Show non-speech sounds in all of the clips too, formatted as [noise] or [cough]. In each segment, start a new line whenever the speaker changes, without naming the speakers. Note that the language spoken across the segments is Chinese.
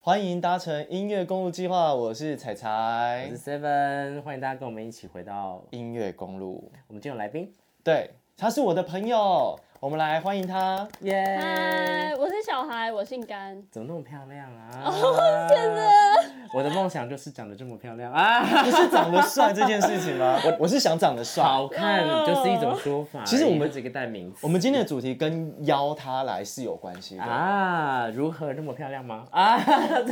欢迎搭乘音乐公路计划，我是彩
我
彩
是。Seven，欢迎大家跟我们一起回到
音乐公路，
我们今天有来宾，
对，他是我的朋友，我们来欢迎他。
耶、
嗨，我是小孩，我姓
[laughs]
甘。
怎么那么漂亮啊？哦，真的，我的梦想就是长得这么漂亮啊！
不是长得帅这件事情吗？ [laughs] 我我是想长得帅。
好看就是一种说法而已，
其实我们
这个代名词
我们今天的主题跟邀他来是有关系的。
啊，如何这么漂亮吗？啊，
哎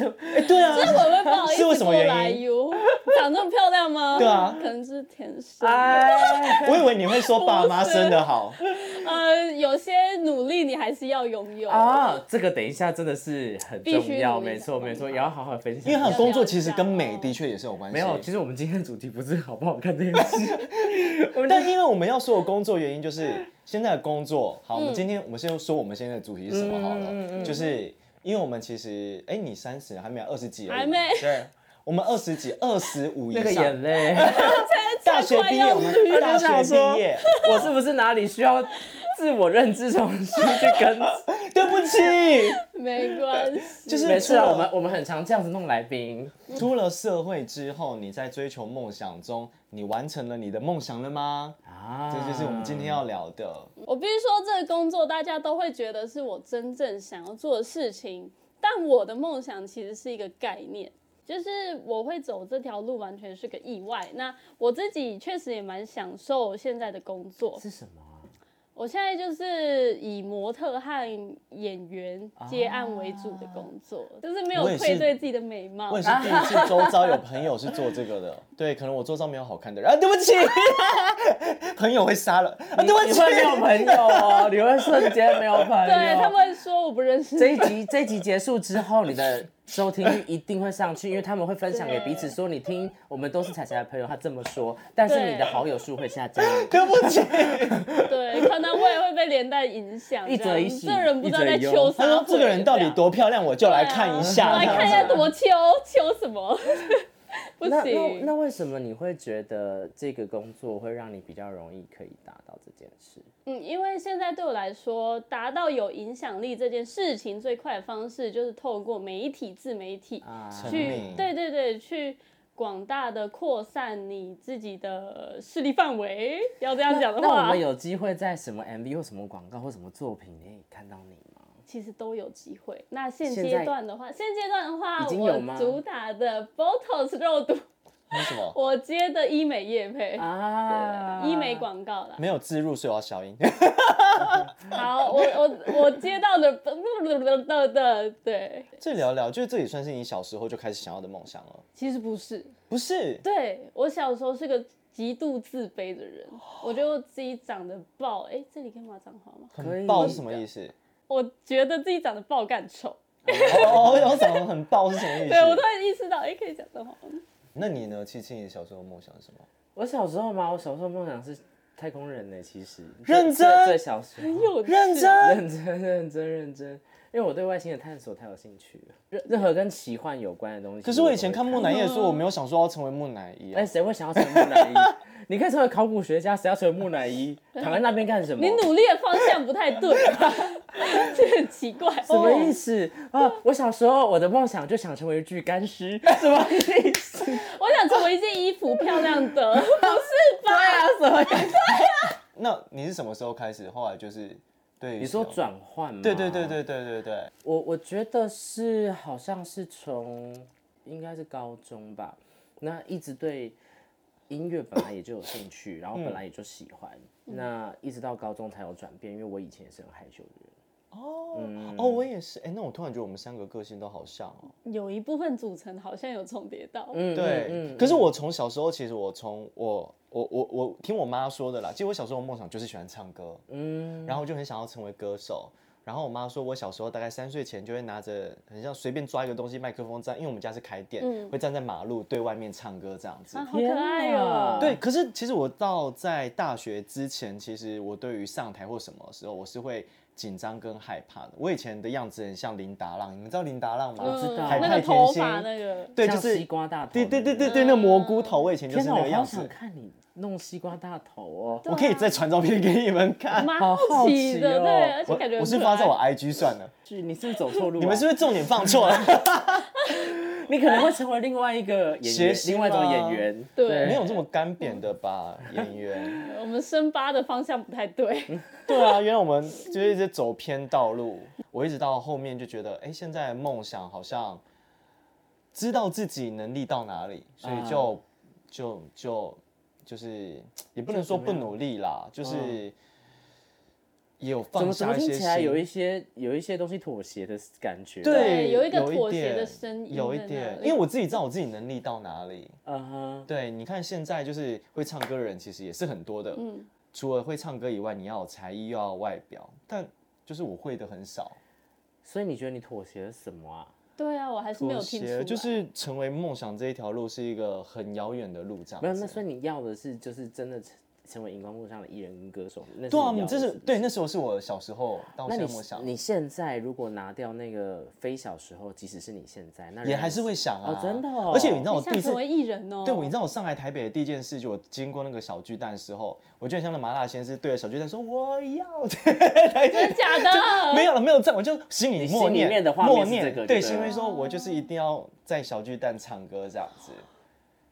对啊，
我会不好意
是为
思
什么
过
原因
来哟，长这么漂亮吗？
对啊
[laughs] 可能是天生。
哎，
我以为你会说爸妈生的好，
呃，有些努力你还是要拥有。
啊，这个等一下真的是很
必须
重要，
努力
没错没错，
嗯
也要好好分享。
因为他的工作其实跟美的确也是有关系。
没有，其实我们今天的主题不是好不好看这件事，
[laughs] 但因为我们要说的工作原因，就是现在的工作。好，我们今天我们先说我们现在的主题是什么好
嗯
了，就是因为我们其实，哎、你三十还没有二十几而已，
还没
对，我们二十几、二十五以
那个
上，
眼泪，
大学毕业，我们大学毕业，
[laughs] 我是不是哪里需要自我认知重新去跟？
对不起，
没关系。
就是
没
出
事啊，
了
我们我们很常这样子弄来宾，
出了社会之后，你在追求梦想中，你完成了你的梦想了吗？
啊，
这就是我们今天要聊的。
我必须说，这个工作大家都会觉得是我真正想要做的事情，但我的梦想其实是一个概念，就是我会走这条路完全是个意外。那我自己确实也蛮享受现在的工作，
是什么啊？
我现在就是以模特和演员接案为主的
啊
工作，就是没有
我也是
愧对自己的美貌
我。也是第一次周遭有朋友是做这个的，对，可能我周遭没有好看的人，啊，对不起， [laughs] 朋友会杀了，啊，对不
你
起，
会没有朋友哦，你会瞬间没有朋友。
哎
对他们会说我不
[laughs]
认识
这
你，
一集这一集结束之后，你的收听率一定会上去，因为他们会分享给彼此说，你听，我们都是彩彩的朋友，他这么说，但是你的好友数会下 [laughs] 降。
[laughs] 对不起，
对，可能我也会被连带影响。
一
这样
则一喜
这人不知道在
一则一
求
忧
啥
他
鬼。
说这个人到底多漂亮，我就来看一
对
下，
啊我来看一下多秋秋什么？ [laughs] 不
那那
行，
那为什么你会觉得这个工作会让你比较容易可以达到这件事？
嗯，因为现在对我来说，达到有影响力这件事情最快的方式就是透过媒体、自媒体
啊，
成
去
名，
对对对，去广大的扩散你自己的势力范围。要这样讲的
那我
话
们，有机会在什么 MV 或什么广告或什么作品里看到你吗？
其实都有机会。那现
现
阶
在
段的话，现阶段的话，
已经有吗
我主打的 Botox 肉毒，
为什么？
我接的医美业配。
啊
医美广告啦，
没有自入，所以我要消音。 [laughs]
好，我我我接到的的的，对，
这聊聊，就是这也算是你小时候就开始想要的梦想了，
其实不是，
不是？
对我小时候是个极度自卑的人，我觉得我自己长得爆，哎、这里可以骂脏话吗？
可
很
以
爆是什么意思？
我觉得自己长得爆干丑，
哦，我想什么很爆是什么意
对我突
思？
然意识到，哎、可以讲脏话吗。
那你呢？七七，你小时候梦想是什么？
我小时候嘛，我小时候梦想是太空人呢、其实
认
最
真
最小时候，
有
认
趣
真
认真认真认真，因为我对外星的探索太有兴趣了，任任何跟奇幻有关的东西。
可是我以前看木乃伊的时候，
嗯
我没有想说要成为木乃伊啊
哎，。谁会想要成为木乃伊？ [laughs] 你可以成为考古学家，谁要成为木乃伊？躺在那边干什么？
你努力的方向不太对，啊
[laughs]
这很奇怪。哦
什么意思啊？我小时候我的梦想就想成为一具干尸，什么意
[laughs]
思？
我想成为一件衣服漂亮的， [laughs] 不是
对
吧？
啊，什么意思？
那你是什么时候开始？后来就是对于
你说
这种
转换吗？
对对对对对对对，
我我觉得是好像是从应该是高中吧，那一直对音乐本来也就有兴趣，然后
嗯
本来也就喜欢，那一直到高中才有转变，因为我以前也是很害羞的人。嗯
哦，我也是。哎，那我突然觉得我们三个个性都好像哦。
有一部分组成好像有重叠到，
嗯，
对，可是我从小时候，其实我从我我我我听我妈说的啦，其实我小时候的梦想就是喜欢唱歌，嗯，然后就很想要成为歌手。然后我妈说，我小时候大概三岁前就会拿着很像随便抓一个东西麦克风站，因为我们家是开店，会站在马路对外面唱歌这样子。
啊，好可爱哦、
对，可是其实我到在大学之前，其实我对于上台或什么时候，我是会紧张跟害怕的。我以前的样子很像林达浪，你们知道林达浪吗？
嗯
知道
海
那
派
个头
甜心，
发那个，
对，就
像
是
西瓜大头。
对对对对对，那个蘑菇头，我以前就是
天哪，
那个
嗯
我
样
好
子
想。看你弄西瓜大头
[laughs]
哦。
对
我可以
啊
再传照片给你们
[laughs]
看。
蛮
好好
奇
奇
的，
哦
对，而且
我
感觉
我
很
是
可
发在我
爱
IG 算了，
[laughs] 是你是不是走错路啊？
你们是不是重点放错了？
你可能会成为另外一个演
谐
员，
星
另外一种
吗
演员。
对
没有这么干扁的吧，演员？
我们深扒的方向不太对。
对啊，原来我们就是一直走偏道路。我一直到后面就觉得，哎，现在梦想好像知道自己能力到哪里，所以就、
啊
就就就是也不能说不努力啦，就是也有
怎
放
么嗯怎么
下一
听
些
起来
心
有一些有一些东西妥协的感觉？
对，
有一个
点
妥协的声音
有一
在那
点，
里
因为我自己知道我自己能力到哪里。
嗯哼，
对，你看现在就是会唱歌的人其实也是很多的，
嗯，
除了会唱歌以外，你要有才艺，又要有外表，但就是我会的很少。
所以你觉得你妥协了什么啊？
对啊，我还是没有
妥
听出
协
来。
就是成为梦想这一条路是一个很遥远的路，这样子。
没有，那所以你要的是就是真的成成为荧光幕上的艺人跟歌手。那
对啊，
你
你
要
这
的
是
不
对，那时候是我小时候到
那
现
你
在我想，
你现在如果拿掉那个非小时候，即使是你现在，那
也
仍
还
然
是会想啊，
哦真的哦
而且你知道
你
我
想
第一次
成为艺人哦？
对，我你知道我上来台北的第一件事，就我经过那个小巨蛋的时候，我就很像那麻辣鲜师对着小巨蛋说我要， [laughs]
真的假的？
没有了，没有这样，我就心里
你
默
心里
念，
面的画
默
面是
念，
这个就
对，
对
心里
了
面说我就是一定要在小巨蛋唱歌这样
[laughs]
子，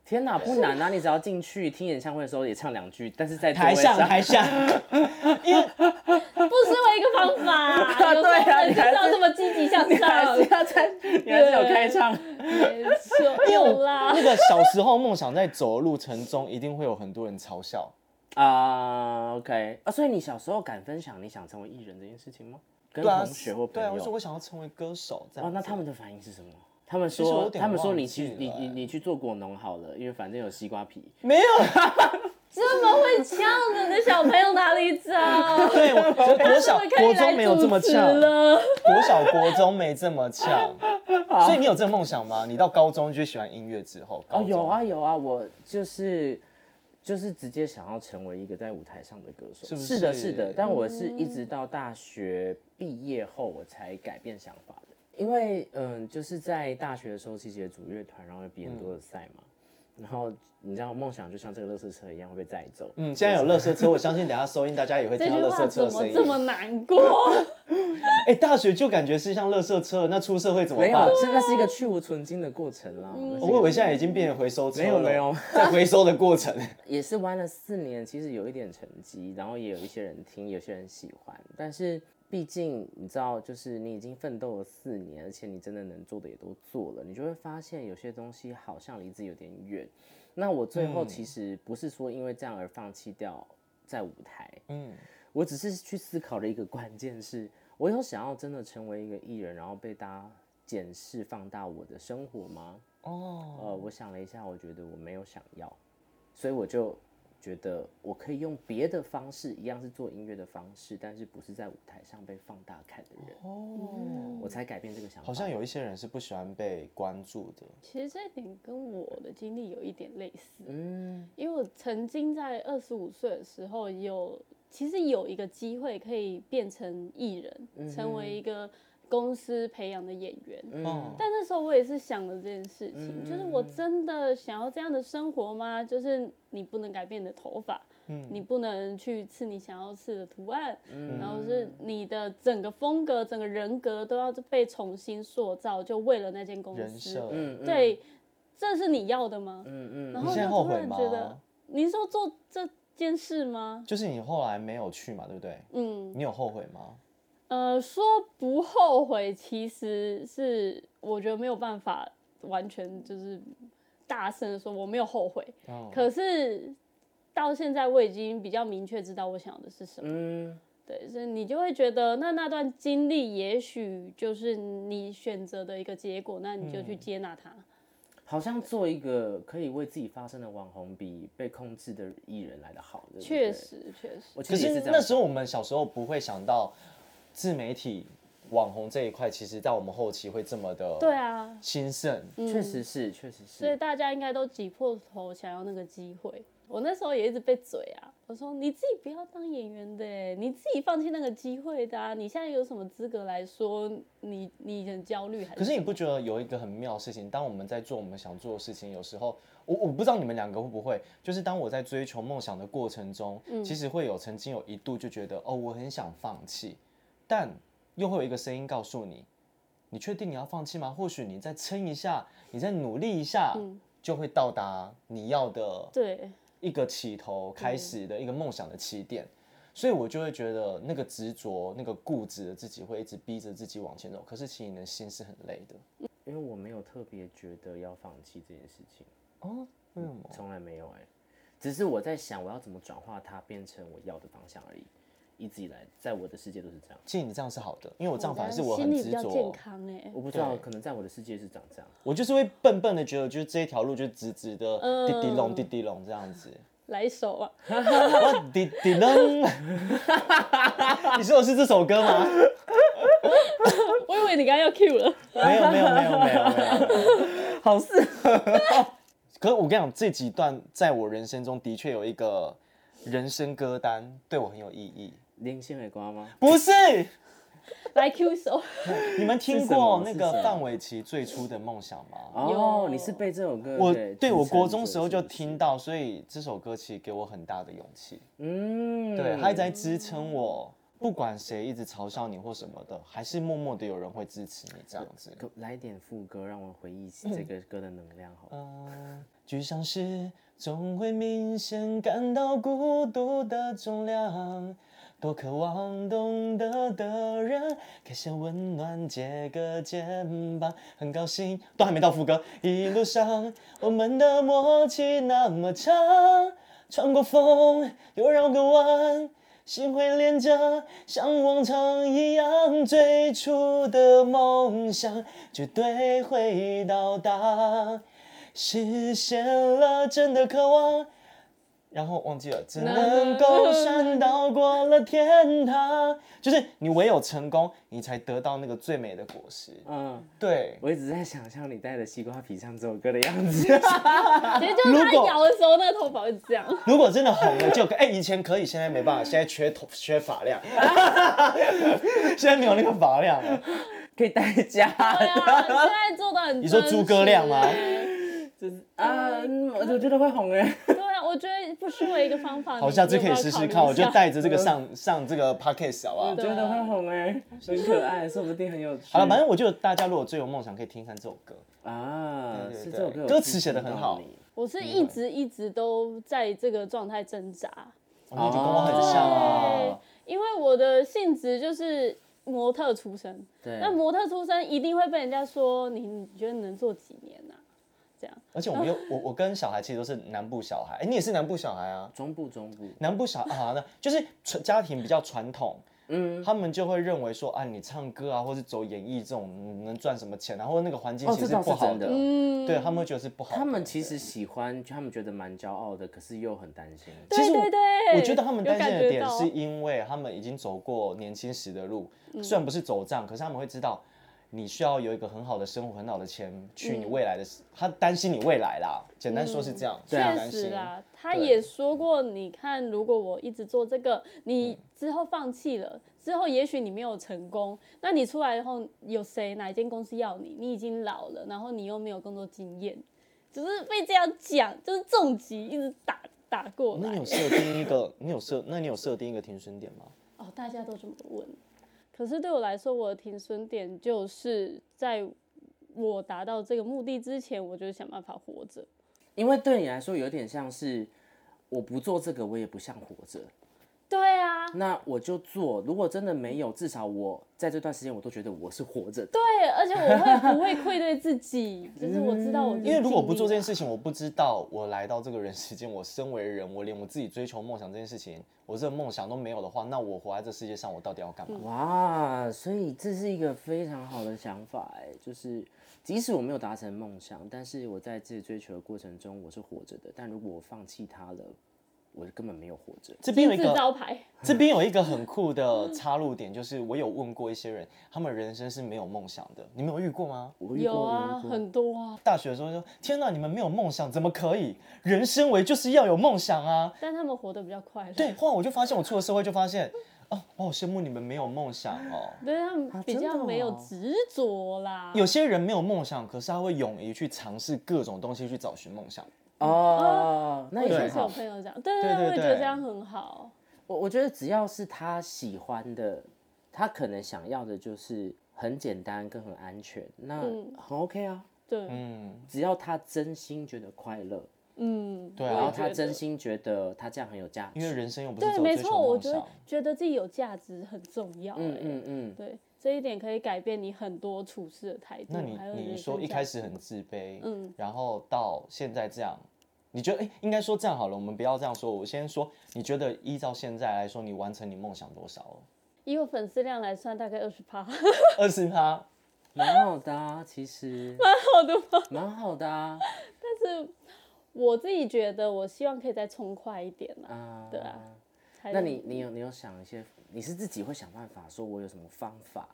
天哪，不难啊！你只要进去听演唱会的时候也唱两句，但是在座
台
位
上
[laughs]
台下，
不失为一个方法。有时候
对啊
人
你
就是
还是
要这么积极向
你还
上
啊是。要
[laughs]
在，你还是有开唱。
[laughs] 没错，
因为
有
我
啦
那。个小时候梦想在走的路程中，一定会有很多人嘲笑。
啊、o k 啊，所以你小时候敢分享你想成为艺人这件事情吗？跟
对啊，
同学或朋
对啊，我说
友？
我想要成为歌手这
哦，
样子。
那他们的反应是什么？他们
实我
说，
有点
他们说
忘
你
记
去，你
了
你
欸
你去做果农好了，因为反正有西瓜皮。
没有，
这么会呛人的小朋友哪里找？
对，我 [laughs] 觉得国小
我看
国
你来
中没有这么
阻止
呛，
了。
国小国中没这么 [laughs] 呛。所以你有这个梦想吗？你到高中就喜欢音乐之后？高
哦，
中
有。啊有啊，我就是就是直接想要成为一个在舞台上的歌手，
是不
的，
是
是的，但我是一直到大学毕业后我才改变想法的，因为嗯，就是在大学的时候其实也组乐团，然后也比很多的赛嘛，然后你知道梦想就像这个垃圾车一样会被载走，
嗯，现在有乐色车，我相信等一下收音大家也会
这
听到
句
乐
话
色
怎
车的声
么
音。
这么难过？
哎、大学就感觉是像垃圾车，那出社会怎么
没有
办？，
这那是一个去无存精的过程啦。那是
我
一
以
个
为现在已经变成回收车了，
没有没有，
[laughs] 在回收的过程。
也是玩了四年，其实有一点成绩，然后也有一些人听，有些人喜欢，但是毕竟你知道，就是你已经奋斗了四年，而且你真的能做的也都做了，你就会发现有些东西好像离自己有点远。那我最后其实不是说因为这样而放弃掉在舞台，
嗯，
我只是去思考的一个关键是，我有想要真的成为一个艺人，然后被大家检视放大我的生活吗？
[laughs] 哦，
呃，我想了一下，我觉得我没有想要，所以我就觉得我可以用别的方式，一样是做音乐的方式，但是不是在舞台上被放大看的人，
哦
我才改变这个想
哦
法。
好像有一些人是不喜欢被关注的。
其实这一点跟我的经历有一点类似，
嗯，
因为我曾经在二十五岁的时候有，其实有一个机会可以变成艺人，成为一个公司培养的演员。
哦，
嗯但那时候我也是想了这件事情，就是我
嗯
真的想要这样的生活吗？就是你不能改变你的头发，
嗯
你不能去刺你想要刺的图案，
嗯
然后是你的整个风格、整个人格都要被重新塑造，就为了那间公
人
司
设。。
嗯，嗯，
对，这是你要的吗？
嗯嗯，
然
你
后我
现在
就
后
突
悔
然
吗？
觉得，你说做这件事吗？
就是你后来没有去嘛，对不对？
嗯，
你有后悔吗？
呃，说不后悔，其实是我觉得没有办法完全就是大声的说我没有后悔。
哦
可是到现在，我已经比较明确知道我想要的是什么。
嗯，
对，所以你就会觉得，那那段经历也许就是你选择的一个结果，那你就
嗯
去接纳它。
好像做一个可以为自己发声的网红，比被控制的艺人来的好。对不
确
对，
实，确实，
我其
可
实也
是
是这样。
那时候我们小时候不会想到自媒体网红这一块，其实在我们后期会这么的
对啊，
兴盛。
确实是，确实
所以
是，
大家应该都挤破头想要那个机会。我那时候也一直被嘴啊，我说你自己不要当演员的欸，你自己放弃那个机会的、啊，你现在有什么资格来说你你很焦虑还是？
可是你不觉得有一个很妙的事情？当我们在做我们想做的事情，有时候我我不知道你们两个会不会，就是当我在追求梦想的过程中，其实会有曾经有一度就觉得哦，我很想放弃，但又会有一个声音告诉你，你确定你要放弃吗？或许你再撑一下，你再努力一下，
嗯
就会到达你要的
对，
一个起头开始的一个梦想的起点，所以我就会觉得那个执着、那个固执的自己会一直逼着自己往前走，可是其实你的心是很累的。
因为我没有特别觉得要放弃这件事情，
哦，为
嗯
什么？
从来没有哎、只是我在想我要怎么转化它变成我要的方向而已。一直以来，在我的世界都是这样，
其实你这样是好的，因为我这样反而是我
心
很
理
执
比较健
着，
康哎、
我不知道，可能在我的世界是长这样。
我就是会笨笨的觉得，就是这一条路就是直直的，
嗯
滴滴隆滴滴隆这样子， [laughs]
来一首啊， [laughs]
我滴滴隆。 [laughs] 你说的是这首歌吗？
我以为你刚刚要 Q 了，
没有没有没有没有没有。
[laughs] 好适
[laughs] 可是我跟你讲，这几段在我人生中的确有一个人生歌单，对我很有意义。
林心蕊瓜吗？
不是，
[laughs] 来 Q 一首，
你们听
是什么
过那
是什
个
么
范玮琪最初的梦想吗？
哦
有，
你是被这首歌
我
给
对
支
我
撑
国
着
中时候
是
就
不
是听到，所以这首歌其实给我很大的勇气。
嗯，
对，它一直在支撑我，不管谁一直嘲笑你或什么的，还是默默的有人会支持你这样子。
可来点副歌，让我回
[clears throat]
忆起这个歌的能量好了。
嗯，沮丧时总会明显感到孤独的重量，多渴望懂得的人给些温暖，借个肩膀。很高兴，都还没到副歌，一路上我们的默契那么长，穿过风又绕个弯。心会连着，像往常一样，最初的梦想绝对会到达。实现了真的渴望，然后忘记了，只能够闪到过了天堂。就是你唯有成功，你才得到那个最美的果实。
嗯，
对，
我一直在想象你戴着西瓜皮唱这首歌的样子。 [laughs]
其实就是他
如果
咬的时候，那个头发会 [laughs] 这样。
如果真的红了就可，哎、以前可以，现在没办法，现在缺头缺发量， [laughs] 现在没有那个发量了。
可以戴
[laughs]
假
对啊，现
的，
在做的很。
你说诸葛亮吗？
就是啊，嗯我我觉得会红哎。
对啊，我觉得不失为一个方法。
好，
你
下次
有
可
没
以
有
试试
考虑
看，我
一
就
下
带着这个上上这个 podcast 好不好
我？觉得会红哎，
[laughs]
很可爱，说不定很有趣。
好了，反正我觉得大家如果最有梦想，可以听看这首歌。
啊，
对对
是
对
这首歌有
歌词
刺激
写得很
到
好
你
我是一直一直都在这个状态挣扎，
哦，那就跟我很像哦。
因为我的性质就是模特出身，
嗯
对，
那模特出身一定会被人家说你你觉得你能做几年啊呐、这样，
而且我们又我我跟小孩其实都是南部小孩，哎、你也是南部小孩啊？
中部中部，
南部小孩啊，那就是传家庭比较传统，嗯，他们就会认为说啊，你唱歌啊，或是走演艺这种你能赚什么钱啊，或者那个环境
哦
其实
这倒是
不好
真的嗯
嗯，
对他们会觉得是不好的。
他们其实喜欢，他们觉得蛮骄傲的，可是又很担心。
其实我
对对对
我觉得他们担心的
哎有
点
感觉到
是因为他们已经走过年轻时的路，
嗯
虽然不是走账，可是他们会知道你需要有一个很好的生活、很好的钱去
嗯
你未来的，他担心你未来啦。简单说是这样，
对啊
担
确实
心
啦，他
对
也说过，你看，如果我一直做这个，
嗯
你之后放弃了，之后也许你没有成功，那你出来后有谁哪一间公司要你？你已经老了，然后你又没有工作经验，只是被这样讲，就是重击一直打打过
那你有。
来
设定一
[laughs]
个，你有设，那你有设定一个停损点吗？
哦，大家都这么问，可是对我来说，我的停损点就是在我达到这个目的之前，我就想办法活着。
因为对你来说有点像是，我不做这个，我也不像活着。
对
嗯
啊，
那我就做，如果真的没有，至少我在这段时间我都觉得我是活着的。
对，而且我会不会愧对自己？就是我知道我
嗯因为如果不做这件
啊
事情，我不知道我来到这个人世间，我身为人，我连我自己追求梦想这件事情，我这个梦想都没有的话，那我活在这世界上，我到底要干嘛？
嗯
哇，所以这是一个非常好的想法哎，就是即使我没有达成梦想，但是我在自己追求的过程中我是活着的。但如果我放弃它了，我根本没有活着。
这边有
金
一
字
个
招牌，
这边有一个很酷的插入点，就是我有问过一些人，他们人生是没有梦想的，你们有遇过吗？
我遇
有
过
啊，
我遇过
很多啊，
大学的时候就说，天哪，你们没有梦想怎么可以？人生为就是要有梦想啊！
但他们活得比较快乐。
对，后来我就发现，我出了社会就发现，哦，我好羡慕你们没有梦想哦。
对，他们比
真的
较
哦
没有执着啦。
有些人没有梦想，可是他会勇于去尝试各种东西去找寻梦想。
哦，那
我
也
也
很
是有
好。
朋友这样，
对
对对
对
我也觉得
对
这样很好。
我我觉得只要是他喜欢的，他可能想要的就是很简单跟很安全，那
嗯
很 OK 啊。
对，
嗯，
只要他真心觉得快乐，
嗯，
对啊
我也
然后他
觉得
真心觉得他这样很有价值
因。为人生又不是
对，
走
没
追求
错，我
梦
觉得
想，
觉得自己有价值很重要、
嗯
哎
嗯嗯，
对，这一点可以改变你很多处事的态度。
那你
还有
你
人
说
生
一
价
开
值
始很自卑，
嗯
然后到现在这样，你觉得哎、应该说这样好了，我们不要这样说，我先说，你觉得依照现在来说，你完成你梦想多少了？
以我粉丝量来算，大概二十趴。
二十趴，
蛮好的啊，其实蛮好的吗？蛮好的啊，
我自己觉得，我希望可以再冲快一点啦。
啊，
对啊。才
那
能
你你有你有想一些，你是自己会想办法，说我有什么方法，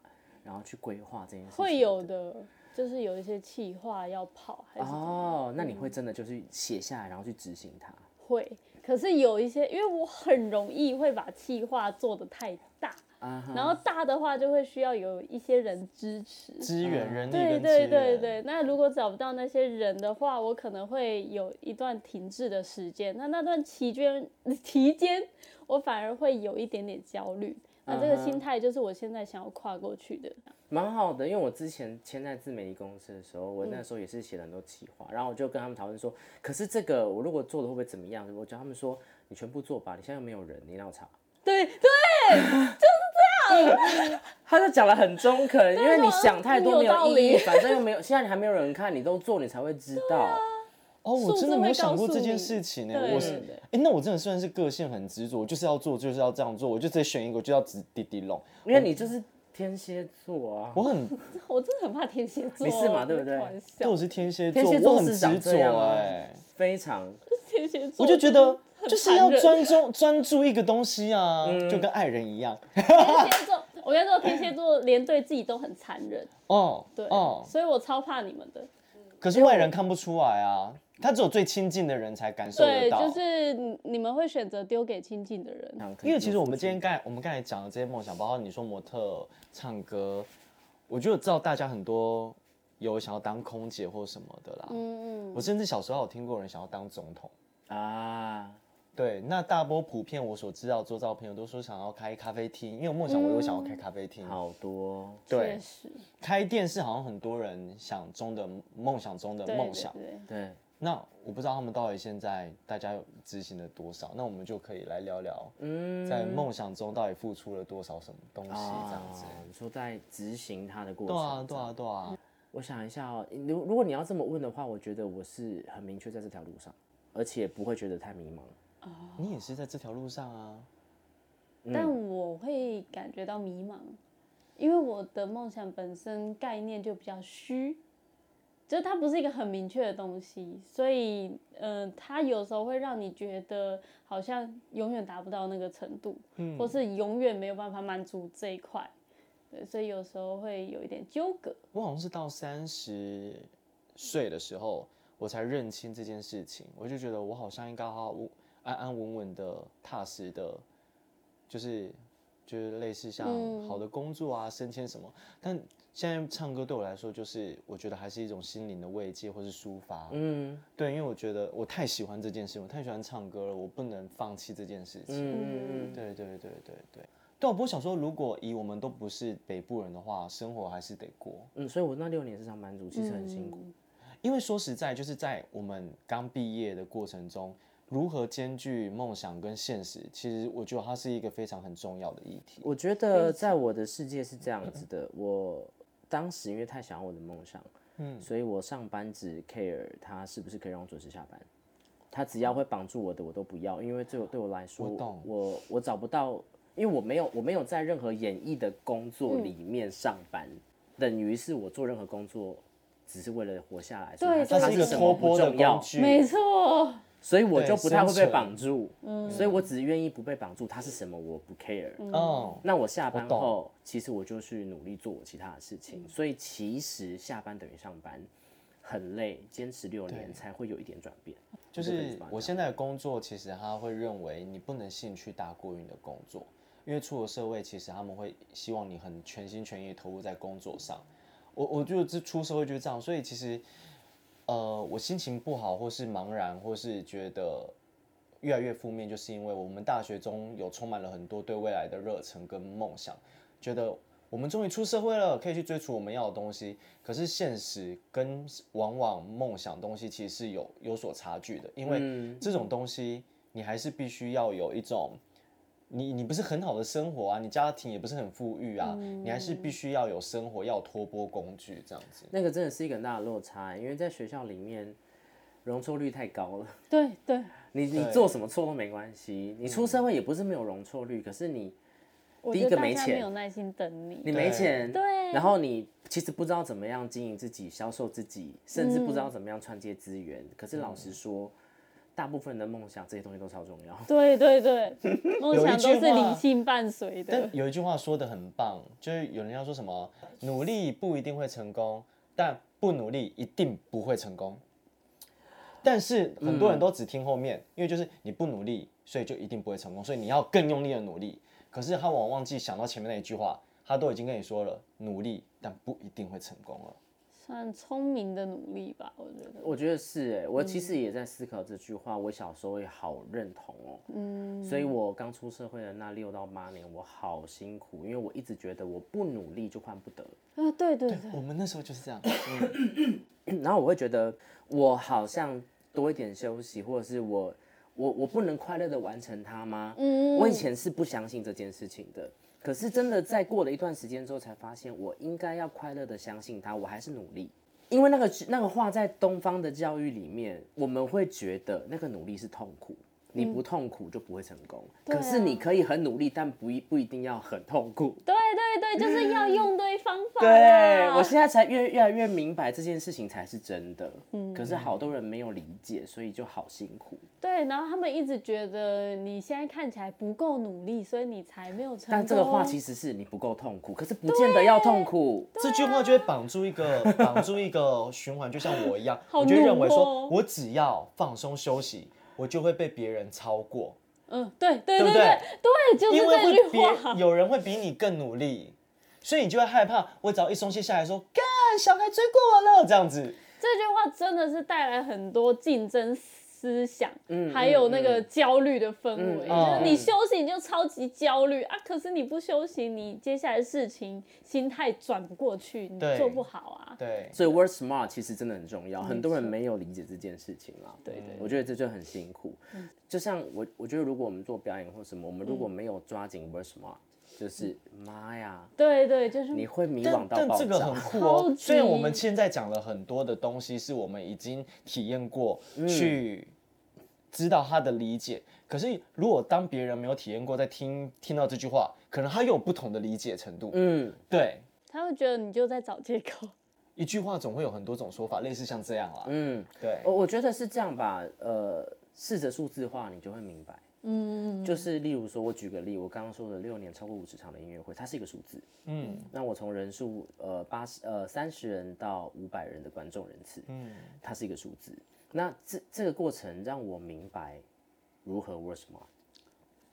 然后去规划这件事情？
会有的，就是有一些企划要跑，还是怎么样
哦，那你会真的就是写下来，然后去执行它。
会。可是有一些，因为我很容易会把企划做得太大，
啊哈
然后大的话就会需要有一些人支持。
资源、
嗯
人力
啊对
跟资
对
源，
对对，那如果找不到那些人的话，我可能会有一段停滞的时间。那那段期间 [laughs] 期间，我反而会有一点点焦虑。那这个
嗯哼
心态就是我现在想要跨过去
[laughs]
的。
蛮好的，因为我之前签在自媒体公司的时候，我那时候也是写了很多企划，然后我就跟他们讨论说，可是这个我如果做的会不会怎么样？我叫他们说，你全部做吧，你现在又没有人，你让我查。
对对，
他就讲的很中肯，因为你想太多没
有道
有意义，
理
反正又没有，现在你还没有人看，你都做你才会知道。
哦，我
数
真
字
的没
会
有想
告
过
诉
这件
你
事情呢、
对
我是
对对
哎、那我真的算是个性很执着，我就是要做，就是要这样做，我就直接选一个，我就要直滴滴龙。
因为你就是天蝎座啊，
我很，
[laughs] [laughs] 我真的很怕天蝎座，
没事嘛对不对
开玩
对
笑 [laughs]
我是天蝎座，
天蝎座
我很
是长
执着
这样啊
哎，
非常
天蝎座，
我就觉得就是要
残忍嗯
专注专注一个东西
[laughs]
啊，就跟爱人一样。
天蝎
啊
座，我跟你说，天蝎座连对自己都很残忍，
哦，
对，
哦，
所以我超怕你们的。
可是外人看不出来啊，他只有最亲近的人才感受得
对，
到。
就是你你们会选择丢给亲近的人。
想
因为其实我们今天刚才我们刚才讲的这些梦想，包括你说模特、唱歌，我就知道大家很多有想要当空姐或什么的啦。
嗯嗯，
我甚至小时候还有听过有人想要当总统。
啊，
对，那大波普遍我所知道做照片，我都说想要开咖啡厅，因为我梦想我有想
嗯
要开咖啡厅。
好多
对
确，实，
开店是好像很多人想中的梦想中的
对
梦想。
对对
对，
那我不知道他们到底现在大家有执行了多少，那我们就可以来聊聊，
嗯
在梦想中到底付出了多少什么东西这样子。
啊你说在执行它的过
对
程，
啊，对啊，对啊，
我想一下哦，如如果你要这么问的话，我觉得我是很明确在这条路上，而且不会觉得太迷茫。
你也是在这条路上啊。
但我会感觉到迷茫，因为我的梦想本身概念就比较虚，就是它不是一个很明确的东西，所以呃，它有时候会让你觉得好像永远达不到那个程度，
嗯
或是永远没有办法满足这一块，对，所以有时候会有一点纠葛。
我好像是到三十岁的时候，我才认清这件事情。我就觉得我好像应该好好稳安安稳稳的、踏实的，就是就是类似像
嗯
好的工作啊、升迁什么。但现在唱歌对我来说，就是我觉得还是一种心灵的慰藉或是抒发。
嗯
对，因为我觉得我太喜欢这件事，我太喜欢唱歌了，我不能放弃这件事情。
嗯嗯嗯，
对对对对对。对啊，不过想说，如果以我们都不是北部人的话，生活还是得过。
嗯，所以我那六年是上班族，其实很辛苦。
嗯
因为说实在，就是在我们刚毕业的过程中，如何兼具梦想跟现实，其实我觉得它是一个非常很重要的议题。
我觉得在我的世界是这样子的，我当时因为太想要我的梦想，嗯，所以我上班只 care 他是不是可以让我准时下班，他只要会绑住我的我都不要，因为对我对我来说，
我懂
我我找不到，因为我没有我没有在任何演艺的工作
嗯
里面上班，等于是我做任何工作。只是为了活下来，所以
对
它
它
它
是一个
什
脱
么不
波的
重要
工，具，
没错，
所以我就
对
不太会
生
被
存
绑住，所以我只愿意不被绑住，它是什么我不 care，
嗯，
那我下班
我懂嗯
后，其实我就去努力做我其他的事情，所以其实下班等于上班，很累，坚持六年才会有一点转变。
就
你可以
是
把它
我现在的工作，其实他会认为你不能兴趣大过于你的工作，因为出了社会，其实他们会希望你很全心全意投入在工作上。我我觉得这出社会就是这样，所以其实，呃，我心情不好，或是茫然，或是觉得越来越负面，就是因为我们大学中有充满了很多对未来的热忱跟梦想，觉得我们终于出社会了，可以去追逐我们要的东西。可是现实跟往往梦想东西其实是有有所差距的，因
嗯
为这种东西你还是必须要有一种，你你不是很好的生活啊，你家庭也不是很富裕啊，你还是必须要有生活，要有托钵工具这样子。
那个真的是一个很大的落差，欸因为在学校里面容错率太高了，
对对，
你你
对嗯
做什么错都没关系，你出社会也不是没有容错率，可是你
我
第一
觉
个
得大
没
家
钱
没有耐心等
你
你。
没
对
钱，
对
然后你其实不知道怎么样经营自己、销售自己，甚至不知
嗯
道怎么样串接资源。可是老实说，大部分人的梦想这些东西都超重要。
对对
[laughs]
对，梦
有一
想
句
都是
话
理性伴随的。
但有一句话说的很棒，就是有人要说什么，努力不一定会成功，但不努力一定不会成功。但是很多人都只听后面，
嗯
因为就是你不努力，所以就一定不会成功，所以你要更用力的努力。可是他往往忘记想到前面那一句话，他都已经跟你说了，努力但不一定会成功了。
算聪明的努力吧，我觉得。
我觉得是哎、我其实也在思考这句话，我小时候也好认同哦、
嗯，
所以我刚出社会的那六到八年，我好辛苦，因为我一直觉得我不努力就换不得。 [coughs]
啊，对对对，啊
我们那时候就是这样，
然后我会觉得我好像多一点休息，或者是我我我不能快乐的完成它吗？
嗯
我以前是不相信这件事情的，可是真的在过了一段时间之后，才发现我应该要快乐的相信它，我还是努力。因为那个那个话在东方的教育里面，我们会觉得那个努力是痛苦，你不痛苦就不会成功。
嗯对啊
可是你可以很努力，但不一不一定要很痛
[laughs]
苦。
对对对，就是要用对方法
嗯对
啦。
我现在才越越来越明白这件事情才是真的，
嗯
可是好多人没有理解，所以就好辛苦。
对，然后他们一直觉得你现在看起来不够努力，所以你才没有成功。
但这个话其实是你不够痛苦，可是不见得要
啊
痛苦。
这句话就会绑住一个 [laughs] 绑住一个循环，就像我一样，
好
我就认为
怒
说
哦
我只要放松休息，我就会被别人超过。
嗯，对对
对不
对
对
对，就是
因为
这
会
句
比
话。
有人会比你更努力，所以你就会害怕。我只要一松懈下来说，干，小孩追过我了，这样子。
这句话真的是带来很多竞争思想，
嗯
还有那个焦虑的氛围。
嗯
就是
嗯
你休息你就超级焦虑啊，可是你不休息，你接下来的事情心态转不过去，你
对
做不好啊。
对，
所以 work smart 其实真的很重
嗯
要，很多人没有理解这件事情啦。嗯
对对
我觉得这就很辛苦。
嗯
就像我，我觉得如果我们做表演或什么，我们如果没有抓紧 work smart，就是妈呀，
对对，就是
你会迷惘
嗯但
到
但
爆
这个
[laughs]
很
炸。
酷
超
哦
级。
虽然我们现在讲了很多的东西，是我们已经体验过，
嗯
去知道他的理解。可是如果当别人没有体验过，在听听到这句话，可能他又有不同的理解程度。
嗯，
对，
他会觉得你就在找借口。
一句话总会有很多种说法，类似像这样啦。
嗯，
对，
我我觉得是这样吧，呃，试着数字化，你就会明白。
[laughs] 嗯，
就是例如说，我举个例，我刚刚说的六年超过五十场的音乐会，它是一个数字。
嗯
那我从人数呃八十呃三十人到五百人的观众人次，
嗯，
它是一个数字。那这这个过程让我明白如何 work smart。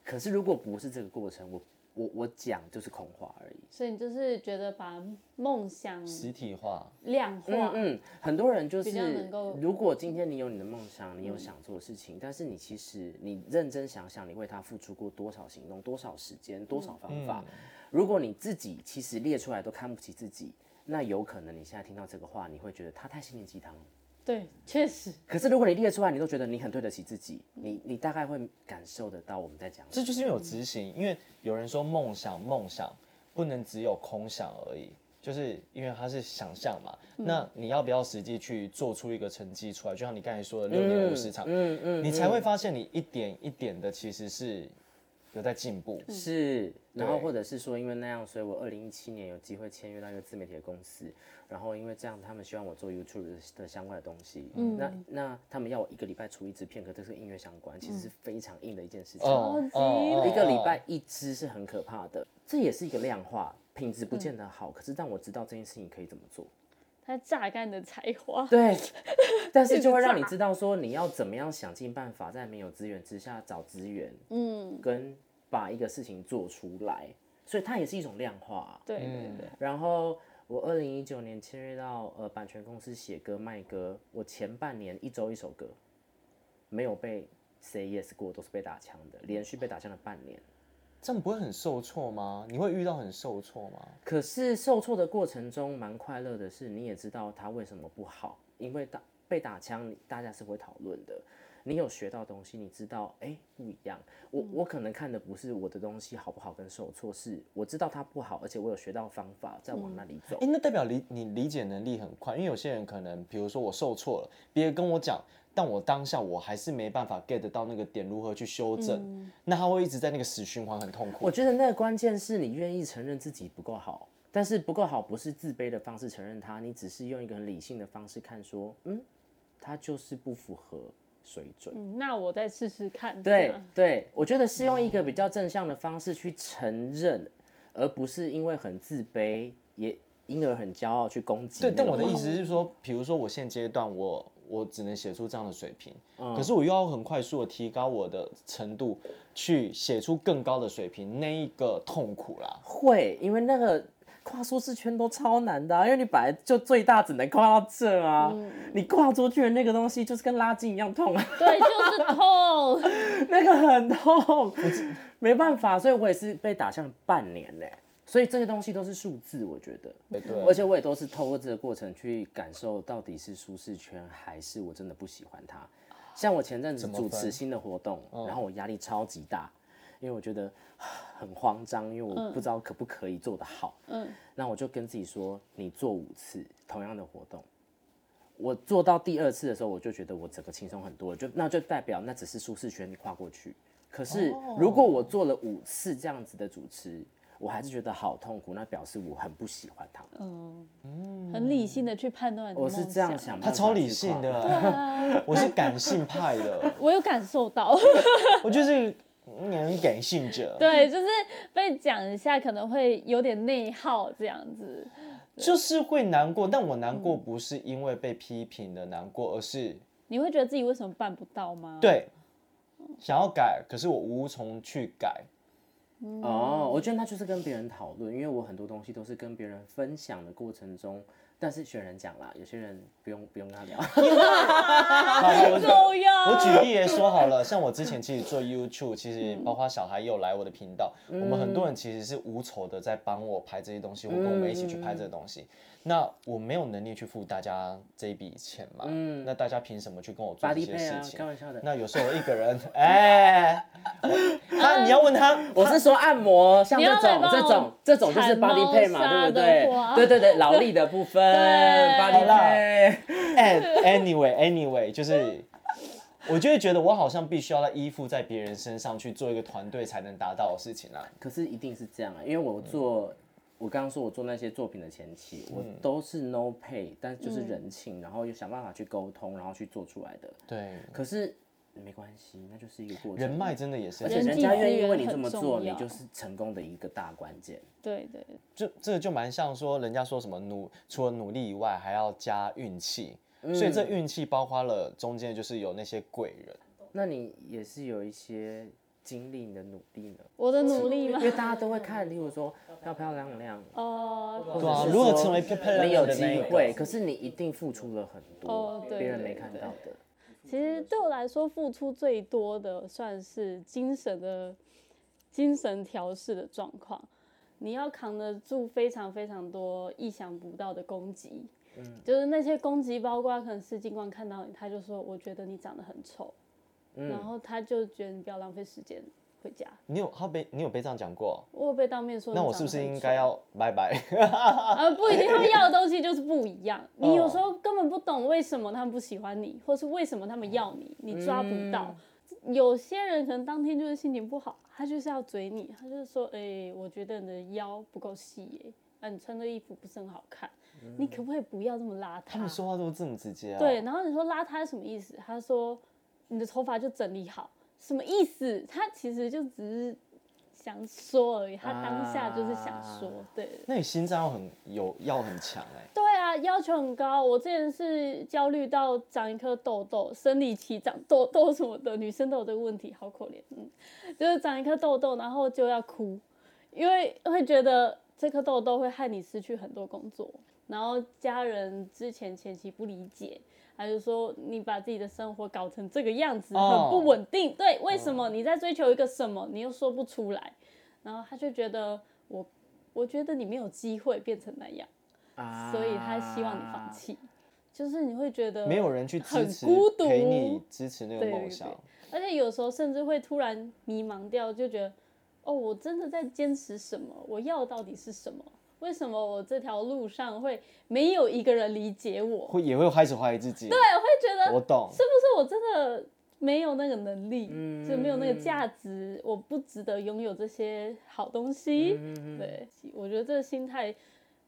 可是如果不是这个过程，我我我讲就是空话而已。
所以你就是觉得把梦想
实体化，
量
嗯
化，
嗯，很多人就
比较
是
能够，嗯
如果今天你有你的梦想，你有想做的事情，但是你其实你认真想想，你为它付出过多少行动、多少时
嗯
间、多少方法？如果你自己其实列出来都看不起自己，那有可能你现在听到这个话，你会觉得它太心灵鸡汤了。
对，确实，
可是如果你列出来，你都觉得你很对得起自己，你你大概会感受得到我们在讲什
这
么。
就是因为有执行，因为有人说梦想梦想不能只有空想而已，就是因为它是想象嘛。
嗯
那你要不要实际去做出一个成绩出来？就像你刚才说的六年五十场，
嗯嗯，
你才会发现你一点一点的其实是有在进步。
嗯是，然后
嗯对
或者是说，因为那样，所以我二零一七年有机会签约到一个自媒体的公司，然后因为这样，他们希望我做 YouTube 的的相关的东西，嗯，那那他们要我一个礼拜出一支片，可这是跟音乐相关，其实是非常硬的一件事情，
嗯
级哦
一个礼拜一支是很可怕的，这也是一个量化，品质不见得好，可是让我知道这件事情可以怎么做，
它榨干你的才华。
对，但是就会让你
一直
知道说你要怎么样想尽办法，在没有资源之下找资源，
嗯，
跟把一个事情做出来，所以它也是一种量化啊、
对对对，
然后我二零一九年签约到呃版权公司写歌卖歌，我前半年一周一首歌，E 没有被 say yes 过，都是被打枪的，连续被打枪了半年。
这样不会很受挫吗？你会遇到很受挫吗？
可是受挫的过程中，蛮快乐的是，你也知道他为什么不好，因为打被打枪，大家是会讨论的。你有学到东西，你知道，哎、不一样。我我可能看的不是我的东西好不好跟受挫，是我知道它不好，而且我有学到方法，再往那里走。
哎、那代表理你理解能力很快，因为有些人可能，比如说我受挫了，别人跟我讲，但我当下我还是没办法 get 到那个点，如何去修正，那他会一直在那个死循环，很痛苦。
嗯我觉得那个关键是你愿意承认自己不够好，但是不够好不是自卑的方式承认它，你只是用一个很理性的方式看说，嗯，它就是不符合水准。
嗯，那我再试试看。这
对
样
对，我觉得是用一个比较正向的方式去承认，而不是因为很自卑，也因而很骄傲去攻击那
对，但
个。
我的意
嗯
思是说，比如说我现阶段我我只能写出这样的水平，可是我又要很快速的提高我的程度，去写出更高的水平，那一个痛苦啦。
会，因为那个跨舒适圈都超难的、啊，因为你本来就最大只能跨到这啊，你跨出去的那个东西就是跟拉筋一样痛啊。 [laughs]
对，就是痛。
那个很痛，没办法，所以我也是被打向半年呢、所以这些东西都是数字，我觉得，
对对
而且我也都是透过这个过程去感受到底是舒适圈还是我真的不喜欢它。像我前阵子主持新的活动，然后我压力超级大，因为我觉得 [sighs] 啊很慌张，因为我不知道可不可以做得好。
嗯，
那我就跟自己说，你做五次同样的活动。我做到第二次的时候，我就觉得我整个轻松很多了，就那就代表那只是舒适圈跨过去。可是
哦
如果我做了五次这样子的主持，我还是觉得好痛苦，那表示我很不喜欢它。
嗯，很理性的去判断你的
我
梦啊
是这样想，
他超理性
办法去跨。
的，我是感性派
[laughs]
的，
我有感受到， [laughs]
我就是嗯感性者。
对，就是被讲一下可能会有点内耗这样子。
就是会难过，但我难
嗯
过不是因为被批评的难过，而是
你会觉得自己为什么办不到吗？，
对想要改，可是我无从去改。
哦，我觉得那就是跟别人讨论，因为我很多东西都是跟别人分享的过程中，但是学人讲啦，有些人不用不用跟他
[laughs]
聊。啊
好了，我
重要。
我举例来说好
[laughs]
了，像我之前其实做 YouTube，其实
嗯
包括小孩也有来我的频道，我们很多人其实是无酬的在帮我拍这些东西，或跟我们一起去拍这个东
嗯
西。那我没有能力去付大家这一笔钱嘛，那大家凭什么去跟我做
巴
这
黎
些
嗯配
事
啊，
情
开？玩笑的。
那有时候我一个人，哎， [laughs] 他你要问他，
我是说按摩，像
你
这
要来
种
帮
这
我
种这种就是 body pay
铲猫
嘛，对
砂
不
的话
对？对对对，劳力的部
[laughs]
分 body
好啦
pay。
哎，anyway anyway，就是我就会觉得我好像必须要来依附在别人身上去做一个团队才能达到的事情啊。
可是一定是这样啊，因为我做，我刚刚说我做那些作品的前期，我
嗯
都是 no pay，但是
嗯
就是人情，然后又想办法去沟通，然后去做出来的。
对，
可是没关系，那就是一个过程。
人脉真的也是
而
很
且
重要，
人家愿意为你这
人际资源
么
很
做，
重
你
要
就是成功的一个大关键。
对对，
就这个就蛮像说，人家说什么努除了努力以外，还要加运气。所以这运气包括了中间就是有那些贵人，
那你也是有一些经历你的努力
[laughs]
呢，
我的努力吗
因？为大家都会看，例如
[laughs]
说漂漂亮亮，
哦，
对啊
或者是
如何
说
成为漂漂亮
你有
亮的
机
那一个
会，可是你一定付出了很多
哦，对
别人
对
没看
对
到的。
其实对我来说，付出最多的算是精神的精神调试的状况。你要扛得住非常非常多意想不到的攻击，
嗯
就是那些攻击，包括可能世金光看到你，他就说：“我觉得你长得很丑。
嗯
然后他就觉得你不要浪费时间回家。
你有他被你有被这样讲过，
我有被当面说，
那我是不是应该？要拜拜？
呃，不一定，他们要的东西就是不一样。你有时
哦
候根本不懂为什么他们不喜欢你，或是为什么他们要你，你抓不到。
嗯
有些人可能当天就是心情不好，他就是要嘴你，他就是说，哎、我觉得你的腰不够细、耶，啊，你穿这衣服不是很好看，你可不可以不要这么邋
嗯他们
遢？
说话都这么直接啊？
对，，然后你说邋遢是什么意思？他说你的头发就整理好，什么意思？他其实就只是想说而已，他当下就是想说，
啊
对。
那你心脏要很有要很强哎、
对啊，要求很高。我之前是焦虑到长一颗痘痘，生理期长痘痘什么的，女生都有这个问题，好可怜。嗯，就是长一颗痘痘，然后就要哭，因为会觉得这颗痘痘会害你失去很多工作。然后家人之前前期不理解，他就说你把自己的生活搞成这个样子，
哦
很不稳定。对，为什么你在追求一个什么，你又说不出来？然后他就觉得我，我觉得你没有机会变成那样，
啊，
[laughs] 所以他希望你放。弃。就是你会觉得
啊没有人去支
很
持
孤，独
陪你支持那个
对
梦
对
想。
而且有时候甚至会突然迷茫掉，就觉得哦，我真的在坚持什么？我要的到底是什么？为什么我这条路上会没有一个人理解我？会
会也会开始怀疑自己。对，
觉得
我懂。
是不是我真的没有那个能力，
嗯
就没有那个价值，我不值得拥有这些好东西？
嗯
对，我觉得这个心态，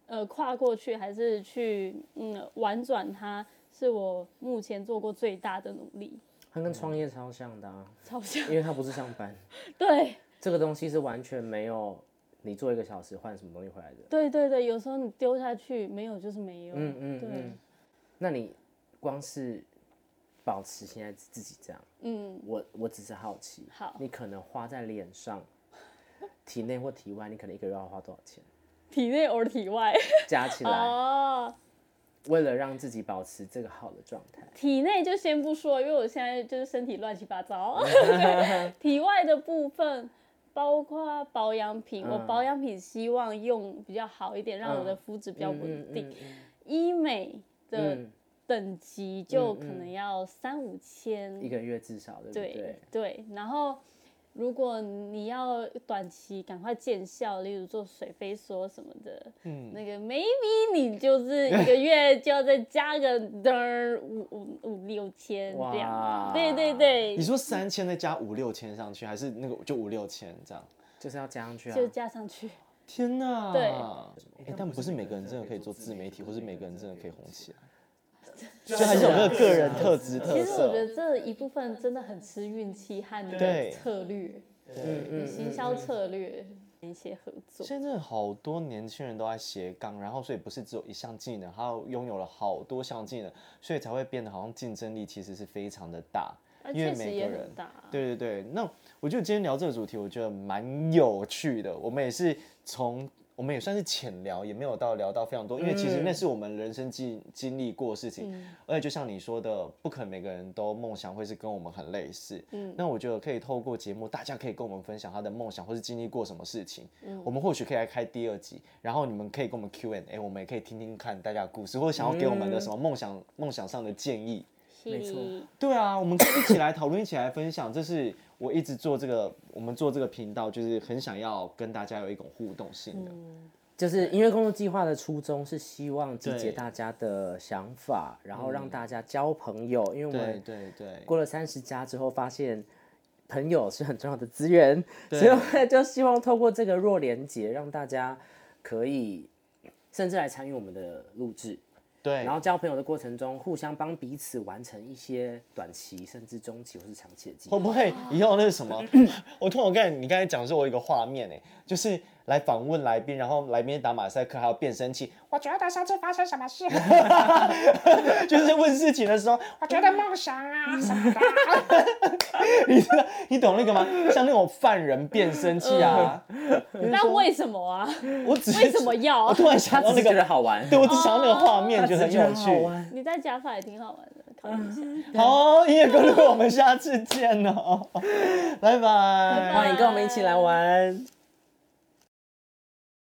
呃，跨过去还是去嗯婉转它，是我目前做过最大的努力。
他跟创业超像的、啊，
超像， [laughs]
因为他不是上班，
对
这个东西是完全没有你做一个小时换什么东西回来的。
对对对，有时候你丢下去没有就是没有，
嗯嗯嗯。那你光是保持现在自己这样，
嗯，
我我只是好奇，
好
你可能花在脸上、体内或体外，你可能一个月要花多少钱？
体内 or 体外，
加起来，
哦，
为了让自己保持这个好的状态，
体内就先不说，因为我现在就是身体乱七八糟。
[laughs]
对体外的部分包括保养品，
嗯
我保养品希望用比较好一点，让我的肤质比较稳定。
嗯嗯
医美的
嗯
等级就可能要三五千，
一个月至少，对不对？
对对，然后。如果你要短期赶快见效，例如做水飞梭什么的，嗯，那个 maybe 你就是一
[laughs]
个月就要再加个噔儿五五五六千这样
哇，
对对对
你，说三千再加五六千上去，还是那个就五六千这样？
就是要加上去啊。
就加上去。
天哪！
对
哎，但不是每个人真的可以做自媒体，或是每个人真的可以红起来，就还是有那个个人特质特
其实我
色。
觉得这一部分真的很吃运气和你的
对
策略，
嗯嗯
行销策略一些合作。
现在真的好多年轻人都在斜杠，然后所以不是只有一项技能，他拥有了好多项技能，所以才会变得好像竞争力其实是非常的大。
啊
因为
确实
每
也
个
很
人
大，
对对对，那我觉得今天聊这个主题，我觉得蛮有趣的。我们也是从我们也算是浅聊，也没有到聊到非常多，因为其实那是我们人生经经历过的事情，而且就像你说的，不可能每个人都梦想会是跟我们很类似。嗯，那我觉得可以透过节目，大家可以跟我们分享他的梦想或是经历过什么事情。嗯，我们或许可以来开第二集，然后你们可以跟我们 Q&A，我们也可以听听看大家的故事，或者想要给我们的什么梦想梦、想上的建议。
没错
嘿
对啊，我们可以一起来讨论，一起来分享。这是我一直做这个，我们做这个频道，就是很想要跟大家有一种互动性的。
就是音乐工作计划的初衷是希望集结
对嗯
大家的想法，然后让大家交朋友，因为我
对
们
对对，
过了三十加之后，发现朋友是很重要的资源，所以我们就希望透过这个弱连接，让大家可以甚至来参与我们的录制，
对
然后交朋友的过程中，互相帮彼此完成一些短期甚至中期或是长期的计划
会。不会以后那是什
[laughs]
么？我突然我刚才你刚才讲的时候，我有一个画面哎、就是来访问来宾，然后来宾打马赛克，还有变声器。我觉得上次发生什么事， [laughs] 就是问事情的时候，我觉得梦想啊什么的，你知道你懂那个吗？像那种犯人变声器啊，
那为什么啊？ [laughs]
嗯
我只是
为什么要 [laughs]
我
啊？
突然想
他
到
只
那
是觉
个
得好玩，
对，我只想到那个画面，
他
觉
只
得
是
很
觉得
有
好
趣。
玩。
你戴假发也挺好玩的，考
嗯
虑一下。
好，音乐公 [laughs] 路，我们下次见哦，拜拜。
欢迎跟我们一起来玩。